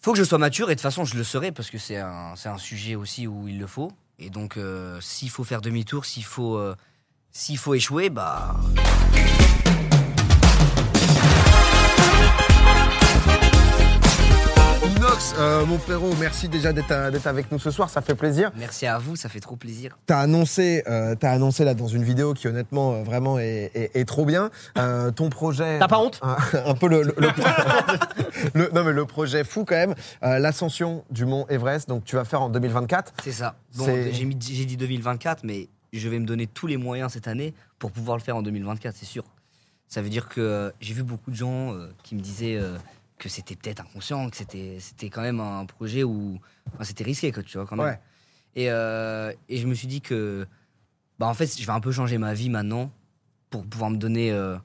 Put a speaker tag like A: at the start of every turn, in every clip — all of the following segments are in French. A: faut que je sois mature et de toute façon je le serai parce que c'est un, c'est un sujet aussi où il le faut. Et donc euh, s'il faut faire demi-tour, s'il faut, euh, s'il faut échouer, bah...
B: Inox, euh, mon frérot, merci déjà d'être euh, d'être avec nous ce soir, ça fait plaisir.
A: Merci à vous, ça fait trop plaisir.
B: T'as annoncé, euh, t'as annoncé là dans une vidéo qui honnêtement euh, vraiment est, est- est trop bien. Euh, ton projet.
C: T'as pas honte
B: un, un peu le, le- le- le- non mais le projet fou quand même, euh, l'ascension du mont Everest. Donc tu vas faire en 2024.
A: C'est ça. Bon,
B: C'est-
A: j'ai mis- j'ai dit 2024, mais je vais me donner tous les moyens cette année pour pouvoir le faire en 2024, c'est sûr. Ça veut dire que euh, j'ai vu beaucoup de gens euh, qui me disaient euh, que c'était peut-être inconscient, que c'était c'était quand même un projet où enfin, c'était risqué, quoi, tu vois, quand même.
B: Ouais.
A: Et, euh, et je me suis dit que, bah, en fait, je vais un peu changer ma vie maintenant pour pouvoir me donner, euh,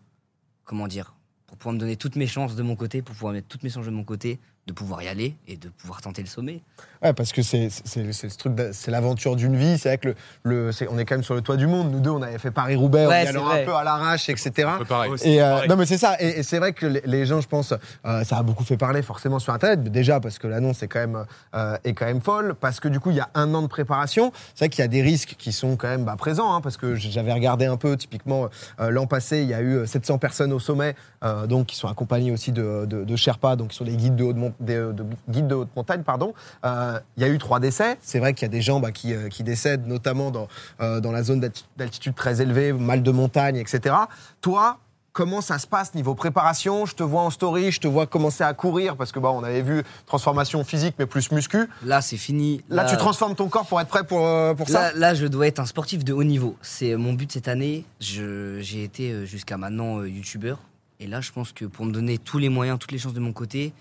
A: comment dire, pour pouvoir me donner toutes mes chances de mon côté, pour pouvoir mettre toutes mes chances de mon côté, de pouvoir y aller et de pouvoir tenter le sommet.
B: Ouais, parce que c'est c'est- c'est- c'est ce truc, de- c'est l'aventure d'une vie. C'est vrai que le, le- c'est- on est quand même sur le toit du monde. Nous deux, on avait fait Paris Roubaix,
C: Ouais,
B: on y
C: c'est
B: allait un
C: vrai.
B: peu à l'arrache, etc.
D: Un peu pareil.
B: Et, euh, non mais c'est ça, et, et c'est vrai que les, les gens, je pense, euh, ça a beaucoup fait parler forcément sur Internet, mais déjà parce que l'annonce est quand même euh, est quand même folle, parce que du coup il y a un an de préparation. C'est vrai qu'il y a des risques qui sont quand même bah, présents, hein, parce que j- j'avais regardé un peu typiquement euh, l'an passé, il y a eu euh, 700 personnes au sommet, euh, donc qui sont accompagnées aussi de, de, de Sherpa, donc qui sont des guides de haute, mon- des, euh, de- guides de haute montagne, pardon. Euh, il y a eu trois décès. C'est vrai qu'il y a des gens bah, qui, euh, qui décèdent, notamment dans euh, dans la zone d'alti- d'altitude très élevée, mal de montagne, etc. Toi Comment ça se passe niveau préparation Je te vois en story, je te vois commencer à courir parce que bah, on avait vu transformation physique mais plus muscu.
A: Là, c'est fini. Euh,
B: Là, tu transformes ton corps pour être prêt pour, euh, pour ça
A: Là, là, je dois être un sportif de haut niveau. C'est euh, mon but cette année. Je- J'ai été euh, jusqu'à maintenant euh, youtubeur. Et là, je pense que pour me donner tous les moyens, toutes les chances de mon côté,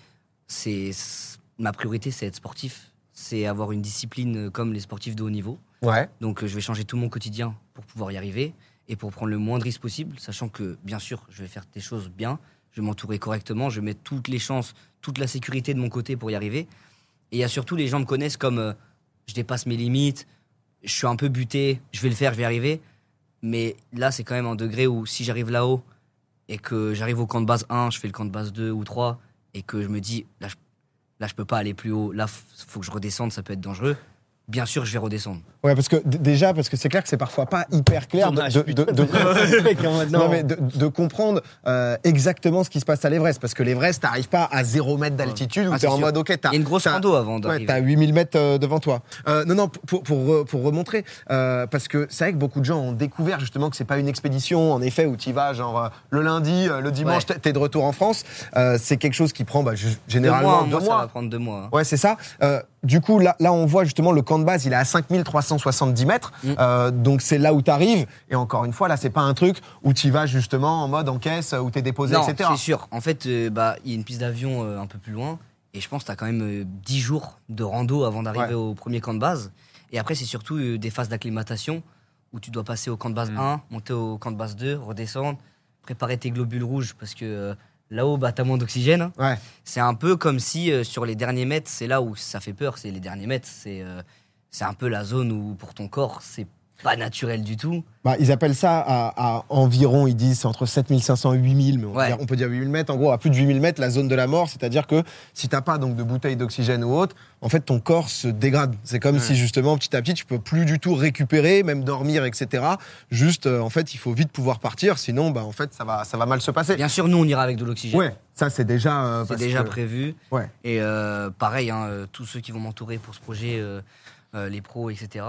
A: c'est c'est- ma priorité, c'est être sportif. C'est avoir une discipline euh, comme les sportifs de haut niveau.
B: Ouais.
A: Donc, euh, je vais changer tout mon quotidien pour pouvoir y arriver et pour prendre le moins de risques possible, sachant que, bien sûr, je vais faire des choses bien, je vais m'entourer correctement, je mets toutes les chances, toute la sécurité de mon côté pour y arriver. Et il y a surtout, les gens me connaissent comme euh, je dépasse mes limites, je suis un peu buté, je vais le faire, je vais y arriver. Mais là, c'est quand même un degré où si j'arrive là-haut et que j'arrive au camp de base 1, je fais le camp de base 2 ou 3 et que je me dis, là, je, là, je peux pas aller plus haut, là, f- faut que je redescende, ça peut être dangereux. Bien sûr, je vais redescendre.
B: Ouais, parce que d- déjà, parce que c'est clair que c'est parfois pas hyper clair de, de- de- de- Non, mais de, de comprendre euh, exactement ce qui se passe à l'Everest. Parce que l'Everest, t'arrives pas à 0 mètres d'altitude
A: Ah,
B: où
A: c'est
B: t'es en
A: sûr.
B: mode, ok,
A: Il
B: t'as
A: y a une grosse
B: t'as-
A: rando avant
B: Ouais,
A: d'arriver.
B: t'as 8000 mètres euh, devant toi. Euh, non, non, pour, pour, re- pour remontrer, euh, parce que c'est vrai que beaucoup de gens ont découvert justement que c'est pas une expédition, en effet, où tu vas genre euh, le lundi, euh, le dimanche,
A: Ouais.
B: t'es- t'es de retour en France. Euh, c'est quelque chose qui prend bah, ju-
A: Deux mois,
B: généralement
A: hein, moi, ça va prendre deux mois. hein.
B: Ouais, c'est ça. Euh, du coup, là, là, on voit justement le camp de base, il est à 5370 mètres.
A: Mm.
B: Euh, donc, c'est là où tu arrives. Et encore une fois, là, c'est pas un truc où tu vas justement en mode en caisse, où t'es déposé,
A: Non,
B: etc.
A: c'est sûr. En fait, euh, bah, il y a une piste d'avion euh, un peu plus loin. Et je pense que tu as quand même euh, 10 jours de rando avant d'arriver
B: Ouais.
A: au premier camp de base. Et après, c'est surtout euh, des phases d'acclimatation où tu dois passer au camp de base 1, monter au camp de base 2, redescendre, préparer tes globules rouges parce que euh, là-haut, bah, tu as moins d'oxygène. hein.
B: Ouais.
A: C'est un peu comme si euh, sur les derniers mètres, c'est là où ça fait peur, c'est les derniers mètres. C'est euh, c'est un peu la zone où pour ton corps, c'est pas naturel du tout.
B: Bah, ils appellent ça à, à environ, ils disent, c'est entre 7500 et 8000, mais on, peut
A: Ouais.
B: dire- on peut dire 8000 mètres. En gros, à plus de 8000 mètres, la zone de la mort, c'est-à-dire que si t'as pas donc de bouteille d'oxygène ou autre, en fait, ton corps se dégrade. C'est comme si justement, petit à petit, tu peux plus du tout récupérer, même dormir, etc. Juste, euh, en fait, il faut vite pouvoir partir, sinon, bah, en fait, ça va, ça va mal se passer.
A: Bien sûr, nous, on ira avec de l'oxygène.
B: Ouais, ça c'est déjà. euh,
A: C'est
B: parce
A: déjà
B: que-
A: prévu.
B: Ouais.
A: Et euh, pareil, hein, euh, tous ceux qui vont m'entourer pour ce projet, euh, euh, les pros, etc.,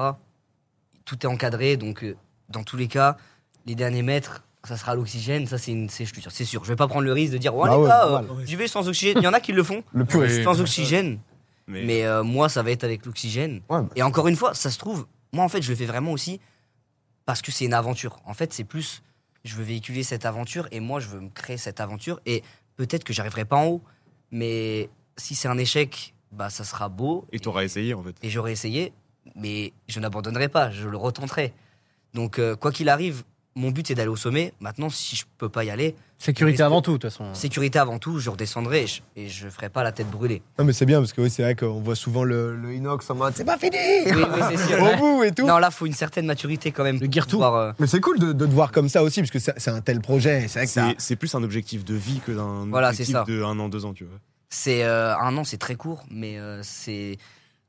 A: tout est encadré. Donc, euh, dans tous les cas, les derniers mètres, ça sera à l'oxygène. Ça, c'est une, c'est, je suis sûr, c'est sûr. Je vais pas prendre le risque de dire, ouais,
B: Bah
A: les
B: ouais,
A: gars,
B: normal.
A: euh, j'y vais sans oxygène. Il y en a qui le font.
B: Le plus.
D: Oui.
A: Sans oxygène.
E: Mais,
A: Mais euh, moi, ça va être avec l'oxygène.
B: Ouais, bah,
A: Et encore une fois, ça se trouve, moi en fait, je le fais vraiment aussi parce que c'est une aventure. En fait, c'est plus, je veux véhiculer cette aventure et moi, je veux me créer cette aventure. Et peut-être que j'arriverai pas en haut, mais si c'est un échec, bah ça sera beau.
E: et t'auras essayé en fait.
A: Et j'aurai essayé, mais je n'abandonnerai pas, je le retenterai. Donc, euh, quoi qu'il arrive, mon but c'est d'aller au sommet. Maintenant, si je peux pas y aller,
C: Sécurité
A: Reste-
C: avant tout, de toute façon.
A: sécurité avant tout, je redescendrai et je, et je ferai pas la tête brûlée.
B: Non, mais c'est bien parce que oui, c'est vrai qu'on voit souvent le, le inox en mode c'est pas fini
A: Oui, oui, c'est sûr.
B: Au bout et tout.
A: Non, là, faut une certaine maturité quand même.
C: Le
A: pour
C: guirtou.
A: pouvoir, euh,
B: Mais c'est cool de, de te voir comme ça aussi parce que c'est c'est un tel projet. C'est vrai que ça.
E: C'est c'est plus un objectif de vie que d'un
A: Voilà,
E: objectif
A: c'est ça.
E: de un an, deux ans, tu vois.
A: C'est euh, un an, c'est très court, mais euh, c'est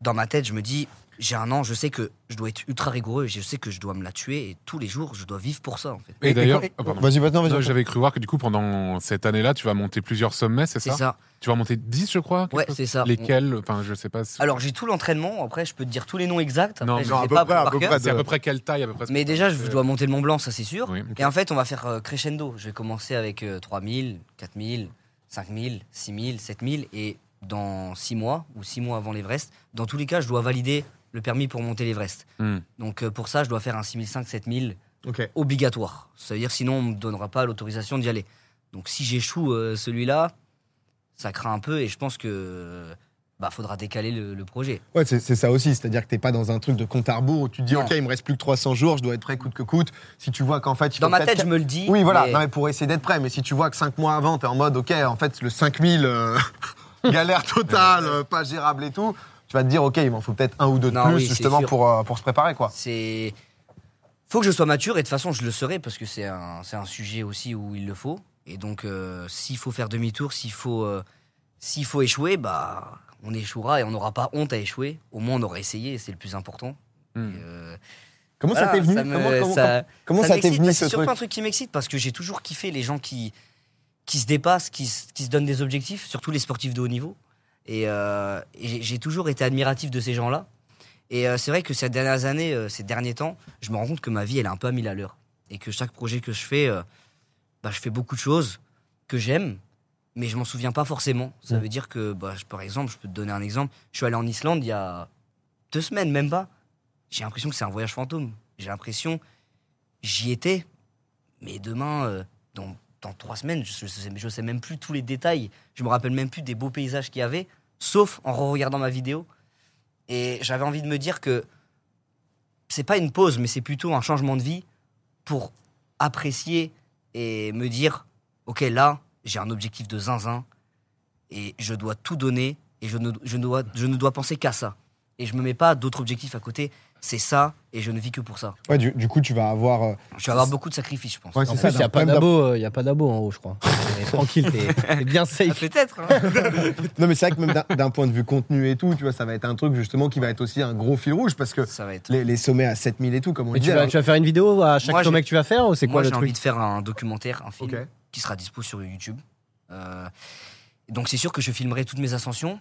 A: dans ma tête, je me dis, j'ai un an, je sais que je dois être ultra rigoureux, je sais que je dois me la tuer, et tous les jours, je dois vivre pour ça, en fait.
B: Et-
C: Et,
B: et
C: d'ailleurs,
B: quand- et-
C: ah, pardon.
B: vas-y maintenant,
C: Non,
B: vas-y.
C: j'avais cru voir que du coup, pendant cette année-là, tu vas monter plusieurs sommets, c'est
A: C'est
C: ça,
A: ça.
C: Tu vas monter 10, je crois quelque
A: Ouais,
C: chose
A: c'est ça.
C: Lesquels Enfin, je sais pas. si-
A: Alors, j'ai tout l'entraînement, après, je peux te dire tous les noms exacts.
C: Non,
A: Après, je
B: non, à
A: sais
B: peu
A: pas
B: près, à
A: par
B: peu
A: cœur.
B: près.
C: C'est à peu près quelle taille à peu près,
A: Ah, euh, Mais déjà, je, je dois monter le Mont Blanc, ça c'est sûr.
C: Oui.
A: Et en fait, on va faire euh, crescendo. Je vais commencer avec euh, 3000, 4000, 5000, 6000, 7000. Et dans 6 mois, ou 6 mois avant l'Everest, dans tous les cas, je dois valider le permis pour monter l'Everest.
C: Hmm.
A: Donc euh, pour ça, je dois faire un 6005, 7000
B: Ok.
A: obligatoire. C'est-à-dire, sinon, on ne me donnera pas l'autorisation d'y aller. Donc si j'échoue euh, celui-là, ça craint un peu et je pense que bah, faudra décaler le, le projet.
B: Ouais, c'est c'est ça aussi. C'est-à-dire que t'es pas dans un truc de compte à rebours où tu te dis,
A: Non.
B: ok, il me reste plus que 300 jours, je dois être prêt coûte que coûte. Si tu vois qu'en fait, il
A: Dans
B: faut
A: ma
B: peut-être
A: tête, je me le dis.
B: Oui, voilà,
A: mais-
B: non, mais pour essayer d'être prêt. Mais si tu vois que 5 mois avant, t'es en mode, OK, en fait, le 5000, euh, galère totale, euh, pas gérable et tout, tu vas te dire, OK, il m'en faut peut-être un ou deux de
A: Non,
B: plus,
A: oui, c'est
B: justement,
A: sûr.
B: pour, euh, pour se préparer, quoi.
A: C'est. Faut que je sois mature et de toute façon je le serai parce que c'est un, c'est un sujet aussi où il le faut. Et donc euh, s'il faut faire demi-tour, s'il faut, euh, s'il faut échouer, bah on échouera et on n'aura pas honte à échouer. Au moins on aura essayé et c'est le plus important.
C: Hmm.
A: Et, euh,
B: Comment ça
A: voilà,
B: t'est venu
A: me-
B: Comment- Comment
A: ça-
B: comment ça t'est
A: m'excite,
B: venu,
A: mais
B: ce
A: C'est surtout
B: truc
A: un truc qui m'excite parce que j'ai toujours kiffé les gens qui, qui se dépassent, qui, se- qui se donnent des objectifs, surtout les sportifs de haut niveau. Et, euh, et j'ai- j'ai toujours été admiratif de ces gens-là. Et euh, c'est vrai que ces dernières années, euh, ces derniers temps, je me rends compte que ma vie, elle est un peu à mille à l'heure. Et que chaque projet que je fais, euh, bah, je fais beaucoup de choses que j'aime, mais je m'en souviens pas forcément. Ça
B: Mm.
A: veut dire que, bah, je- par exemple, je peux te donner un exemple. Je suis allé en Islande il y a deux semaines, même pas. J'ai l'impression que c'est un voyage fantôme. J'ai l'impression, j'y étais, mais demain, euh, dans, dans trois semaines, je ne sais, je sais même plus tous les détails. Je me rappelle même plus des beaux paysages qu'il y avait, sauf en regardant ma vidéo. Et j'avais envie de me dire que c'est pas une pause, mais c'est plutôt un changement de vie pour apprécier et me dire ok là j'ai un objectif de zinzin et je dois tout donner et je ne, je ne dois, je ne dois penser qu'à ça et je me mets pas d'autres objectifs à côté c'est ça et je ne vis que pour ça
B: Ouais, du, du coup, tu vas avoir. euh,
A: je vais avoir beaucoup de sacrifices je pense
B: Ouais,
D: En
B: c'est ça,
D: plus, il n'y
B: t'as
D: a pas
B: problème
D: d'abo, euh, y a pas d'abo en haut, je crois. T'es Tranquille, t'es t'es bien
A: Ah,
D: safe.
A: peut-être
B: Non, mais c'est vrai que même d'un- d'un point de vue contenu et tout, tu vois, ça va être un truc, justement, qui va être aussi un gros fil rouge parce que
A: hein. ça va être
B: les, les sommets à 7000 et tout, comme on hein.
D: Mais
B: dit.
D: tu vas, tu vas faire une vidéo à chaque
A: Moi,
D: sommet
A: j'ai-
D: que tu vas faire ou c'est
A: moi
D: quoi le
A: j'ai envie
D: truc
A: de faire un documentaire un film
B: Ok.
A: qui sera dispo sur YouTube Euh, donc c'est sûr que je filmerai toutes mes ascensions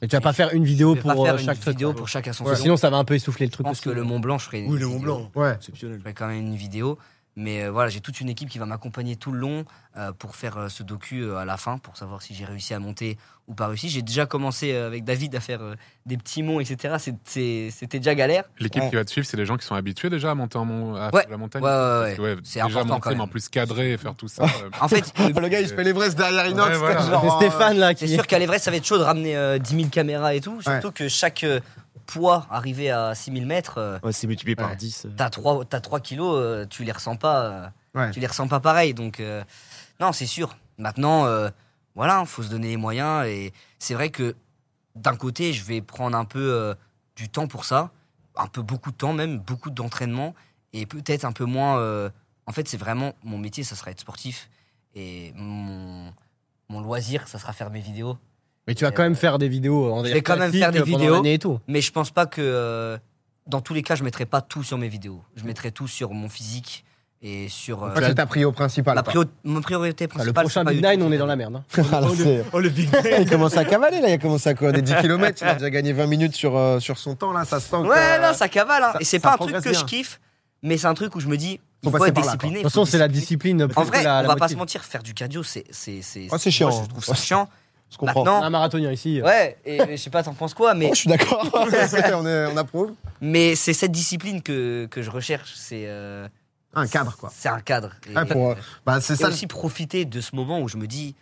D: Et Tu vas pas faire une vidéo
A: je vais pas
D: pour euh,
A: faire
D: chaque
A: une
D: truc,
A: vidéo
D: quoi.
A: pour chaque ascension
D: Parce que Sinon, ça va un peu essouffler le
A: je
D: truc.
A: pense que le Mont Blanc je ferai une
E: Oui, le Mont
A: vidéo.
E: Blanc,
B: Ouais.
E: exceptionnel.
A: Je ferai quand même une vidéo. Mais euh, voilà, j'ai toute une équipe qui va m'accompagner tout le long euh, pour faire euh, ce docu euh, à la fin, pour savoir si j'ai réussi à monter ou pas réussi. J'ai déjà commencé euh, avec David à faire euh, des petits monts, etc. C'est- c'est- C'était déjà galère.
C: L'équipe
A: Ouais.
C: qui va te suivre, c'est les gens qui sont habitués déjà à monter en mon- à
A: Ouais.
C: faire la montagne.
A: Ouais, ouais,
C: Parce
A: ouais.
C: que, ouais,
A: C'est
C: déjà
A: important
C: monter,
A: quand
C: mais
A: même.
C: en plus cadrer et faire tout ça. euh,
A: En fait, le-
B: Le gars, il se fait l'Everest derrière Inox.
C: Ouais, voilà.
B: quoi, genre,
D: C'est
B: euh,
D: Stéphane là
A: c'est
D: qui.
A: sûr qu'à l'Everest, ça va être chaud de ramener euh, 10 000 caméras et tout. Surtout que chaque euh, poids arrivé à 6 000 mètres, euh,
E: Ouais, c'est multiplié
B: Ouais.
E: par 10. euh.
A: t'as 3, t'as 3 kilos, euh, tu les ressens pas. euh,
B: Ouais.
A: tu les ressens pas pareil. Donc, euh, non, c'est sûr. Maintenant, euh, voilà, il faut se donner les moyens. Et c'est vrai que d'un côté, je vais prendre un peu euh, du temps pour ça, un peu beaucoup de temps même, beaucoup d'entraînement, et peut-être un peu moins. euh, en fait, c'est vraiment mon métier, ça sera être sportif. Et mon, mon loisir, ça sera faire mes vidéos.
D: Mais tu vas quand même faire des vidéos. en
A: Je vais quand même
D: classique,
A: faire des
D: euh, pendant
A: vidéos.
D: l'année Et tout.
A: Mais je pense pas que. euh, dans tous les cas, je mettrai pas tout sur mes vidéos. Je mettrai tout sur mon physique et sur. euh,
B: Ouais, Mm. c'est ta prio principale.
A: ma,
B: quoi.
A: priori- ma priorité
D: Enfin, le
A: principale. c'est
D: prochain
A: pas
D: Big
A: du tout
D: Nine, on est
A: cette
D: dans la
A: année.
D: merde. hein.
B: Voilà, c'est-
E: Oh le big
B: il commence à cavaler là, il commence à quoi Des 10 km, il a déjà gagné 20 minutes sur, euh, sur son temps là, ça se sent. que,
A: Ouais,
B: euh,
A: non, ça cavale. hein.
B: ça-
A: et c'est
B: ça
A: pas un truc
B: progresse
A: que
B: bien.
A: je kiffe, mais c'est un truc où je me dis, il
B: Faut
A: faut
B: passer
A: être
B: par là,
A: discipliné.
D: De toute façon, c'est la discipline. plus
A: En
D: que
A: vrai,
D: la-
A: on
D: la
A: va pas se
D: motive.
A: mentir, faire du cardio, c'est. c'est, c'est
B: Ah, c'est
A: moi,
B: chiant.
A: Je trouve ça chiant.
B: Je comprends.
A: Maintenant,
D: Un marathonien ici. euh,
A: ouais, et, et je sais pas, t'en penses quoi, mais,
B: Oh, je suis d'accord. Ok, on, est- on approuve.
A: mais c'est cette discipline que, que je recherche. C'est. euh,
B: Un cadre quoi.
A: C'est un cadre. Et,
B: Ouais, pour, euh, Bah, c'est
A: et
B: ça. le-
A: aussi profiter de ce moment où je me dis,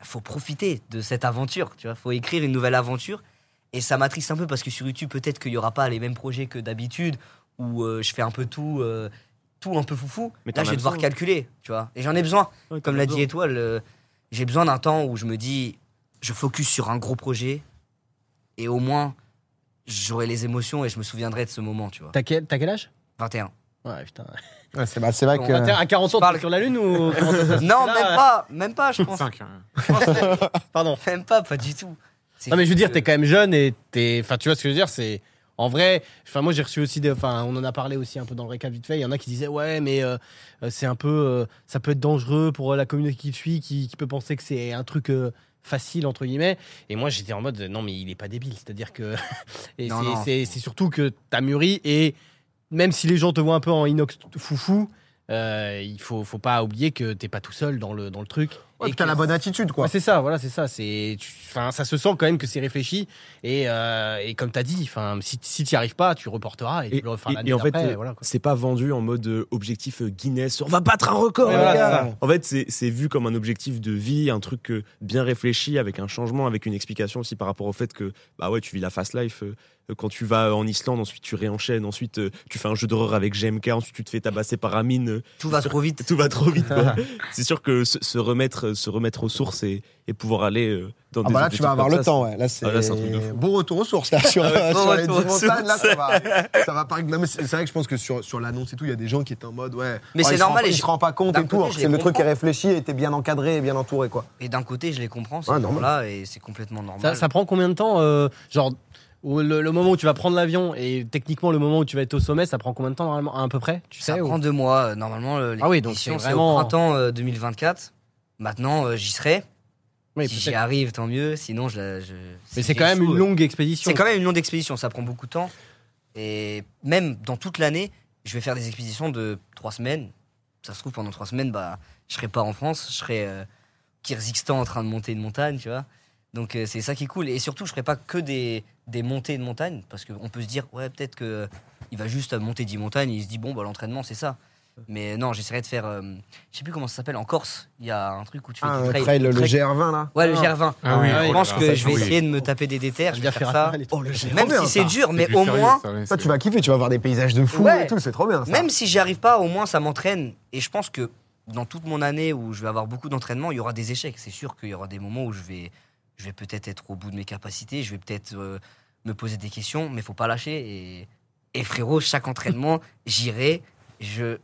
A: faut profiter de cette aventure, tu vois, faut écrire une nouvelle aventure. Et ça m'attriste un peu parce que sur YouTube, peut-être qu'il n'y aura pas les mêmes projets que d'habitude, où euh, je fais un peu tout, euh, tout un peu foufou.
E: Mais t'en
A: Là, je
E: as
A: vais devoir
E: besoin.
A: calculer, tu vois. Et j'en ai besoin.
E: Ouais,
A: Comme l'a dit Étoile, euh, j'ai besoin d'un temps où je me dis, je focus sur un gros projet, et au moins, j'aurai les émotions et je me souviendrai de ce moment, tu vois.
D: T'as quel t'as quel âge
A: 21.
D: Ouais, putain. Ah,
B: Ouais, c'est bah, c'est vrai
A: Bon,
B: que.
D: À 40 ans,
A: Euh, parle-
D: t'es sur la Lune ou comment ça se passe
A: Non,
D: Là,
A: même
D: euh,
A: pas, même pas, je pense.
C: 5.
A: Je pense-
D: Pardon.
A: même pas, pas du tout. C'est
D: Non, mais je veux dire,
A: que-
D: t'es quand même jeune et t'es. Enfin, tu vois ce que je veux dire, c'est. En vrai, enfin moi j'ai reçu aussi des, enfin on en a parlé aussi un peu dans le récap vite fait. Il y en a qui disaient ouais mais euh, euh, c'est un peu, euh, ça peut être dangereux pour euh, la communauté qui te suit, qui, qui peut penser que c'est un truc euh, facile entre guillemets. Et moi j'étais en mode non mais il est pas débile, c'est-à-dire que et
A: Non,
D: c'est-
A: non.
D: c'est c'est surtout que t'as mûri et même si les gens te voient un peu en inox foufou, euh, il faut faut pas oublier que t'es pas tout seul dans le dans le truc.
B: Ouais,
D: Et
B: puis t'as
D: que
B: la bonne attitude, quoi.
D: Ouais, c'est ça, voilà, c'est ça. C'est, tu- enfin, ça se sent quand même que c'est réfléchi. Et, euh, et comme t'as dit, enfin, si, si t'y arrives pas, tu reporteras et, tu
E: Et,
D: le referas
E: et-
D: l'année
E: et en fait,
D: d'après,
E: euh,
D: voilà, quoi.
E: c'est pas vendu en mode euh, objectif euh, Guinness, on va battre un record,
D: Ouais,
E: les
D: voilà,
E: gars.
D: c'est ça.
E: En fait, c'est c'est vu comme un objectif de vie, un truc euh, bien réfléchi, avec un changement, avec une explication aussi par rapport au fait que bah ouais, tu vis la fast life. euh, euh, quand tu vas euh, en Islande, ensuite tu réenchaînes, ensuite euh, tu fais un jeu d'horreur avec GMK, ensuite tu te fais tabasser par Amine, euh,
A: Tout va trop vite.
E: tout va trop vite. quoi. c'est sûr que se, se remettre, euh, se remettre aux sources et, et pouvoir aller euh, dans
B: Ah
E: des
B: bah là,
E: objectifs
B: tu vas avoir
E: comme
B: le
E: ça,
B: temps, ouais. Là, c'est
E: Ah, là, c'est un truc de fou.
B: bon retour aux sources, là, sur, sur
A: bon
B: les
A: retour
B: dix
A: aux
B: montagnes, là, ça va, ça va pas... Non, mais c'est c'est vrai que je pense que sur, sur l'annonce et tout, il y a des gens qui étaient en mode, ouais...
A: Mais
B: oh,
A: c'est
B: il se rend
A: normal,
B: pas-
A: et
B: il
A: je-
B: se rend pas compte
A: d'un
B: et tout,
A: côté,
B: alors
A: je
B: que
A: les
B: c'est le truc qui est
A: comprends.
B: réfléchi et t'es bien encadré et bien entouré, quoi.
A: Et d'un côté, je les comprends, ces
B: Ouais,
A: gens-là, et c'est complètement
D: ça,
A: normal.
D: ça prend combien de temps, euh, genre, au- le, le moment où tu vas prendre l'avion et techniquement le moment où tu vas être au sommet, ça prend combien de temps normalement, à peu près Tu
A: Ça
D: sais ou-
A: prend deux mois. Euh, Normalement, euh, les
D: Ah oui, donc
A: compétitions,
D: c'est
A: c'est
D: vraiment-
A: au printemps euh, 2024. Maintenant, euh, j'y serai.
D: Oui,
A: si
D: peut-être.
A: j'y arrive, tant mieux. Sinon, je, la- je- si
D: Mais c'est quand même
A: j'échoue,
D: une
A: euh,
D: longue expédition.
A: C'est quand même une longue expédition. Ça prend beaucoup de temps. Et même dans toute l'année, je vais faire des expéditions de trois semaines. Ça se trouve, pendant trois semaines, bah, je serai pas en France. Je serai euh, au Kyrgyzstan en train de monter une montagne, tu vois. Donc euh, c'est ça qui est cool. Et surtout, je ferai pas que des, des montées de montagne. Parce qu'on peut se dire, ouais, peut-être que euh, il va juste monter 10 montagnes. Il se dit, bon, bah, l'entraînement, c'est ça. Mais non, j'essaierai de faire. euh, je sais plus comment ça s'appelle. En Corse, il y a un truc où tu fais
B: Ah,
A: du
B: le
A: trail.
B: trail, le
A: Trail-
B: GR20, là.
A: Ouais, le
D: Ah.
A: GR20.
C: Ah oui,
D: Ah oui,
A: Je
C: oh
A: pense
C: là là,
A: que je vais
C: oui.
A: essayer de me taper des déterres, je vais
D: Bien
A: faire
D: faire
A: ça.
D: appel et tout.
B: Oh, le GR20
A: Même si c'est dur, mais au moins,
B: Ça, tu vas kiffer, tu vas voir des paysages de fou
A: Ouais.
B: et tout, c'est trop bien, ça.
A: même si j'y arrive pas, au moins ça m'entraîne. Et je pense que dans toute mon année où je vais avoir beaucoup d'entraînement, il y aura des échecs. C'est sûr qu'il y aura des moments où je vais, je vais peut-être être au bout de mes capacités, je vais peut-être euh, me poser des questions, mais faut pas lâcher. Et, et frérot, chaque entraînement, j'irai, je,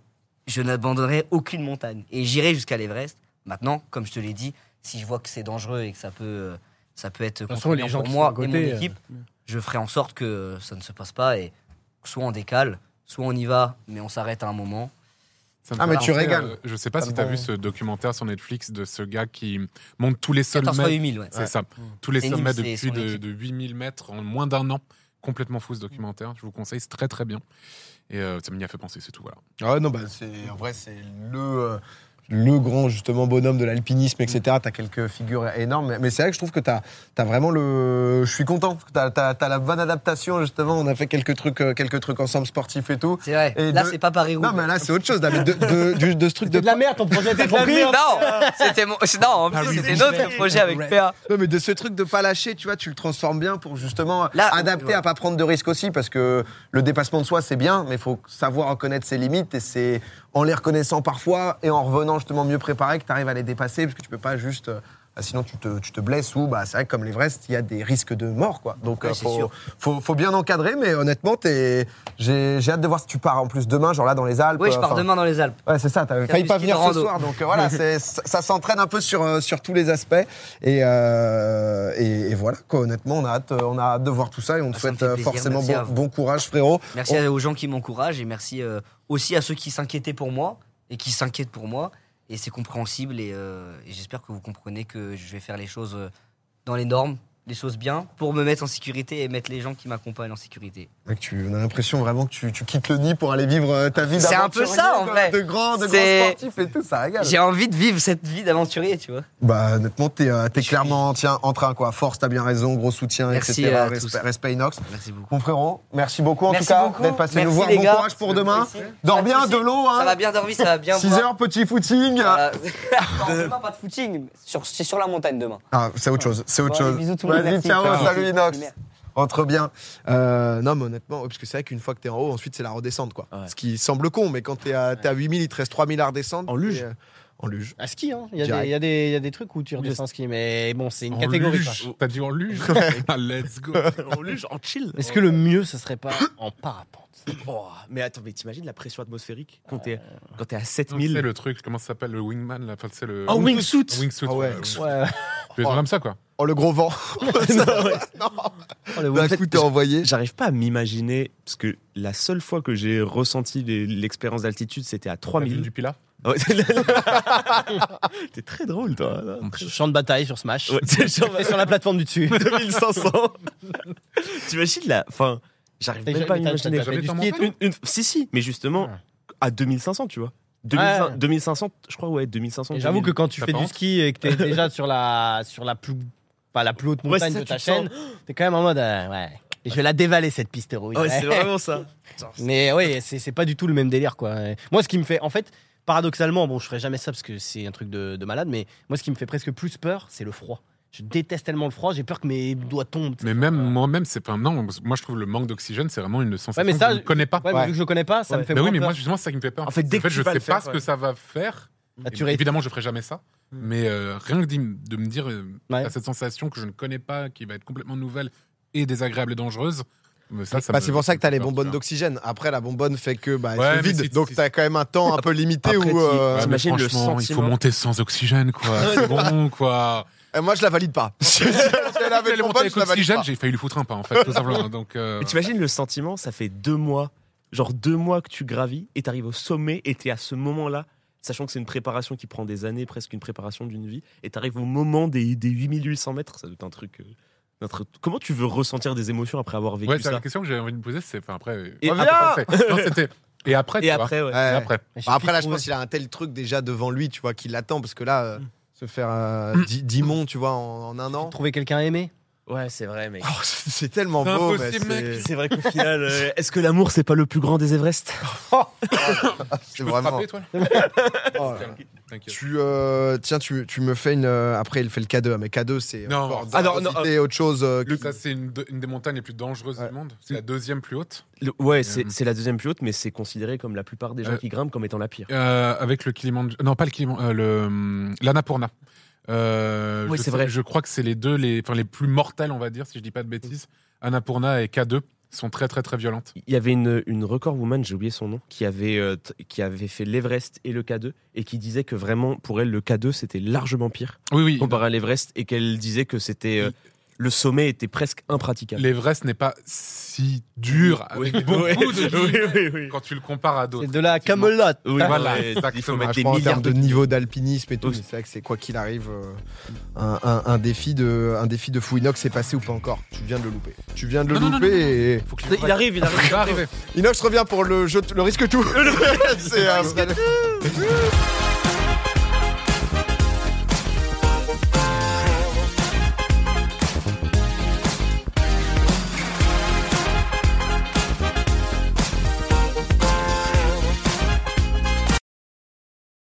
A: je n'abandonnerai aucune montagne. Et j'irai jusqu'à l'Everest. Maintenant, comme je te l'ai dit, si je vois que c'est dangereux et que ça peut, euh, ça peut être
D: toute façon, les
A: contraignant
D: gens
A: pour
D: qui
A: moi
D: sont à
A: et
D: côté,
A: mon
D: euh,
A: équipe, je ferai en sorte que ça ne se passe pas et soit on décale, soit on y va, mais on s'arrête à un moment.
B: Ah, mais tu régales.
C: euh, je sais pas
B: Ça
C: si
B: me
C: tu as
B: prend-
C: vu ce documentaire sur Netflix de ce gars qui monte tous les
A: 14 fois
C: sommets.
A: 8000, ouais.
C: C'est ça. Tous les
A: C'est Nîmes,
C: sommets
A: c'est
C: depuis
A: son
C: de,
A: équipe.
C: de 8000 mètres en moins d'un an. Complètement fou ce documentaire. Je vous conseille, c'est très très bien. Et euh, ça m'y a fait penser, c'est tout. Voilà.
B: Ah non, bah, c'est, en vrai, c'est le, euh, le grand justement bonhomme de l'alpinisme, etc. T'as quelques figures énormes, mais, mais c'est vrai que je trouve que t'as as vraiment le. Je suis content, parce que t'as as, la bonne adaptation, justement. On a fait quelques trucs, euh, quelques trucs ensemble sportifs et tout.
A: C'est vrai.
B: Et
A: là,
B: de-
A: c'est pas Paris
B: Non, mais là, c'est autre chose. là, mais de, de- du- de ce truc de.
D: C'était de la merde, ton projet était de la merde.
A: Non, c'était mon... non, en plus, c'était notre projet avec PA.
B: Non, mais de ce truc de pas lâcher, tu vois, tu le transformes bien pour justement
A: Là,
B: adapter
A: ouais.
B: à pas prendre de risques aussi, parce que le dépassement de soi, c'est bien, mais il faut savoir reconnaître ses limites, et c'est en les reconnaissant parfois et en revenant justement mieux préparé que tu arrives à les dépasser, parce que tu peux pas juste. euh, bah, Sinon, tu te, tu te blesses ou, bah, c'est vrai que comme l'Everest, il y a des risques de mort, quoi. Donc,
A: Ouais,
B: euh,
A: c'est
B: faut,
A: sûr.
B: faut, faut bien encadrer, mais honnêtement, t'es- j'ai j'ai hâte de voir si tu pars en plus demain, genre là dans les Alpes.
A: Oui, je
B: euh,
A: pars
B: enfin,
A: demain dans les Alpes.
B: Ouais, c'est ça, t'avais
A: Faire
B: failli
A: du
B: pas
A: ski
B: venir
A: de
B: ce
A: rando.
B: soir, donc euh, voilà, c'est- ça, ça s'entraîne un peu sur, euh, sur tous les aspects. Et, euh, et, et voilà, quoi, honnêtement, on a, hâte, euh, on a hâte de voir tout ça et on te
A: Ah, ça me
B: souhaite
A: fait
B: euh,
A: plaisir,
B: forcément
A: merci
B: bon,
A: à vous.
B: bon courage, frérot.
A: Merci aux gens qui m'encouragent et merci euh, aussi à ceux qui s'inquiétaient pour moi et qui s'inquiètent pour moi. Et c'est compréhensible et, euh, et j'espère que vous comprenez que je vais faire les choses euh, dans les normes, les choses bien, pour me mettre en sécurité et mettre les gens qui m'accompagnent en sécurité.
B: Mec, tu, on a l'impression vraiment que tu, tu quittes le nid pour aller vivre euh, ta vie
A: C'est un peu
B: d'aventurier,
A: ça, en
B: de-
A: vrai.
B: De grand, de grand
A: C'est-
B: sportif et tout, ça régale.
A: J'ai envie de vivre cette vie d'aventurier, tu vois.
B: Bah, honnêtement, t'es euh,
A: Je
B: t'es
A: suis-
B: clairement tiens, en train, quoi. Force, t'as bien raison, gros soutien,
A: Merci
B: etc.
A: à
B: Respect,
A: tous.
B: respect inox.
A: Merci beaucoup.
B: Mon frérot, merci beaucoup en
A: Merci
B: tout cas
A: beaucoup.
B: d'être passé
A: Merci,
B: nous voir.
A: les
B: Bon
A: gars.
B: courage pour
A: Merci.
B: demain.
A: Pas
B: Dors
A: de
B: bien,
A: soucis.
B: de l'eau,
A: Ça va
B: hein.
A: bien dormir, ça va bien
B: 6
A: boire.
B: heures, petit footing.
A: Voilà. Non, demain, pas de footing. Sur- C'est sur la montagne demain.
B: Ah, c'est autre chose, c'est autre
A: Bon, allez,
B: chose.
A: bisous tout le monde,
B: Vas-y,
A: merci.
B: ciao,
A: Ciao.
B: salut Inox.
A: Merci.
B: Entre bien. Euh, non, mais honnêtement, ouais, parce que c'est vrai qu'une fois que t'es en haut, ensuite c'est la redescente, quoi.
E: Ouais.
B: Ce qui semble con, mais quand t'es à, t'es à 8000, il te reste 3000 à redescendre.
E: En luge
B: Et, euh, en luge.
D: À ski, hein. Il y, a
B: Direct.
D: des- il y a des- il y a des trucs où tu
C: Oui,
D: redescends en ski, mais bon, c'est une
C: En
D: catégorie.
C: luge.
D: quoi.
C: T'as dit en luge Ah, Let's go.
E: en luge, en chill.
D: Est-ce que le mieux, ce serait pas en parapente
E: Oh, Ah. mais attends, mais t'imagines la pression atmosphérique quand t'es quand t'es à
C: Non, C'est
E: 7000
C: le truc, comment ça s'appelle Le wingman, là. Enfin, c'est le.
E: Oh, wingsuit
C: Wingsuit.
B: Ah ouais.
C: ouais, wingsuit.
D: Ouais.
C: Tu es comme ça, quoi.
B: Oh, le gros vent. non,
D: Oh, le
B: d'un
E: fait,
B: coup, t'es envoyé.
E: J'arrive pas à m'imaginer, parce que la seule fois que j'ai ressenti les- l'expérience d'altitude, c'était à
C: T'as vu
E: 3000.
C: du Pilat
E: Ah ouais, c'est- T'es très drôle, toi. là.
D: Champ de bataille sur Smash.
E: Ouais, c'est genre
D: Et sur la plateforme du dessus.
E: 2500. T'imagines la. Enfin, j'arrive
D: T'as
E: même
D: jamais-
E: pas à
D: t'as-
E: m'imaginer.
D: t'as fait
C: Jamais
D: du
C: t'en
D: ski et
C: montais,
D: tout.
E: Une- une- si, si, mais justement,
C: Ouais.
E: à 2500, tu vois. 2500, 2500, je crois, ouais, 2500.
D: Et J'avoue que
E: 2000.
D: quand tu
C: T'as
D: fais
C: pas
D: du
C: honte
D: ski et que t'es déjà sur la sur la plus pas la plus haute
E: Ouais,
D: montagne
E: c'est ça,
D: de ta
E: tu te
D: chaîne, t'es quand même en mode euh, ouais. Et je vais la dévaler cette piste rouille.
E: Ah Ouais, c'est vraiment ça.
D: Mais ouais, c'est c'est pas du tout le même délire, quoi. Moi, ce qui me fait, en fait, paradoxalement, bon, je ferai jamais ça parce que c'est un truc de, de malade, mais moi, ce qui me fait presque plus peur, c'est le froid. Je déteste tellement le froid, j'ai peur que mes doigts tombent. tu sais.
C: Mais même moi-même, c'est pas. Non, moi je trouve le manque d'oxygène, c'est vraiment une sensation
D: Ouais, mais ça,
C: que je ne connais pas.
D: Ouais, mais
B: Ouais.
D: vu que je le connais pas, ça
E: Ouais.
D: me fait
C: Bah oui,
D: moins
C: mais
D: peur.
C: moi justement, c'est ça qui me fait peur.
E: En fait, dès que tu
C: je
E: vas
C: sais
E: le
C: pas
E: faire,
C: ce
E: ouais.
C: que ça va faire.
D: Ah, tu restes-
C: Évidemment, je ferai jamais ça.
E: Mm.
C: Mais euh, rien que d'y- de me dire, euh,
D: Ouais.
C: t'as cette sensation que je ne connais pas, qui va être complètement nouvelle et désagréable et dangereuse. mais ça, ça
B: Bah,
C: me-
B: c'est pour ça que t'as les
C: me fait
B: bonbonnes
C: peur.
B: d'oxygène. Après, la bonbonne fait que bah,
C: Ouais,
B: elle
C: mais
B: se vide,
C: si-
B: donc
C: si-
B: t'as quand même un temps un peu limité.
E: Après,
B: Où,
E: tu-
B: euh,
C: Ouais, mais
E: T'imagines le
C: franchement, Il faut
E: sentiment.
C: monter sans oxygène, quoi. C'est bon, quoi.
B: et Eh, Moi, je la valide pas. Je- je- je-
C: Je
B: avec
C: voulais
B: mon
C: monter
B: bonbonne,
C: avec
B: je la valide
C: l'oxygène,
B: pas.
C: j'ai failli lui foutre un pas, en fait, tout simplement. Donc, euh,
E: Mais t'imagines le sentiment, ça fait deux mois, genre deux mois que tu gravis et t'arrives au sommet et t'es à ce moment-là, sachant que c'est une préparation qui prend des années, presque une préparation d'une vie, et t'arrives au moment des, des 8800 mètres, ça doit être un truc. euh, un truc- Comment tu veux ressentir des émotions après avoir vécu
C: ouais, c'est
E: ça
C: la question que j'avais envie de me poser, c'est enfin, après.
E: Et
C: après, c'est- non, c'était- Et après, tu
E: Et
C: vois.
E: après, ouais.
C: Et
B: Ouais.
C: après.
D: Mais je
B: Bah,
D: suis
B: après, là, je
D: trouvé.
B: pense qu'il a un tel truc déjà devant lui, tu vois, qu'il l'attend. Parce que là, euh, se faire euh,
C: Mm.
B: dix- dix monts, tu vois, en, en un an.
D: Trouver quelqu'un aimé
E: Ouais, c'est vrai, mec.
B: Oh, c'est c'est tellement
C: C'est
B: beau. mais
C: impossible, mec.
E: C'est vrai qu'au final, euh, est-ce que l'amour, c'est pas le plus grand des Everest
B: Ah, C'est
C: Tu peux te
B: vraiment.
C: frapper, toi là
B: Oh là là.
C: T'inquiète.
B: Tu, euh, tiens, tu, tu me fais une. euh, après, il fait le K2, mais K2, c'est.
C: Non.
B: encore
E: Ah, non,
B: dangerosité,
E: non,
B: autre chose. euh, qui-
C: Ça, c'est une, de- une des montagnes les plus dangereuses
B: Ouais.
C: du monde. C'est la deuxième plus haute.
E: Le- Ouais,
C: Euh.
E: c'est c'est la deuxième plus haute, mais c'est considéré comme la plupart des gens
C: Euh.
E: qui grimpent comme étant la pire.
C: Euh, avec le Kilimanjaro. Non, pas le Kilimanjaro. le hum, l'Annapurna. Euh,
E: Oui,
C: je
E: c'est
C: sais-
E: vrai.
C: Je crois que c'est les deux les, enfin, les plus mortels, on va dire, si je dis pas de bêtises. Annapurna et K2 sont très, très, très violentes.
E: Il y avait une, une record woman, j'ai oublié son nom, qui avait, euh, t- qui avait fait l'Everest et le K2, et qui disait que vraiment, pour elle, le K2, c'était largement pire
C: Oui, oui.
E: comparé à l'Everest, et qu'elle disait que c'était. euh, le sommet était presque impraticable.
C: L'Everest n'est pas si dur avec beaucoup
E: Ouais.
C: de gens
E: Oui, oui, oui.
C: quand tu le compares à
D: C'est
C: d'autres.
D: de la
C: effectivement.
D: Camelot.
E: Oui,
C: Voilà,
E: ouais, il faut
C: exactement.
B: Franchement,
E: mettre des
B: en
E: milliards
B: termes
E: de...
B: de niveau d'alpinisme et tout,
E: Oui.
B: mais c'est vrai que c'est quoi qu'il arrive, euh, un, un- un défi de, un défi de fou inox c'est passé ou pas encore. Tu viens de le louper. Tu viens de le
C: Non, non, non,
B: louper et.
C: Faut que
E: Il arrive, il arrive.
C: Il va arriver.
B: Inox revient pour le jeu, le risque tout. c'est un vrai-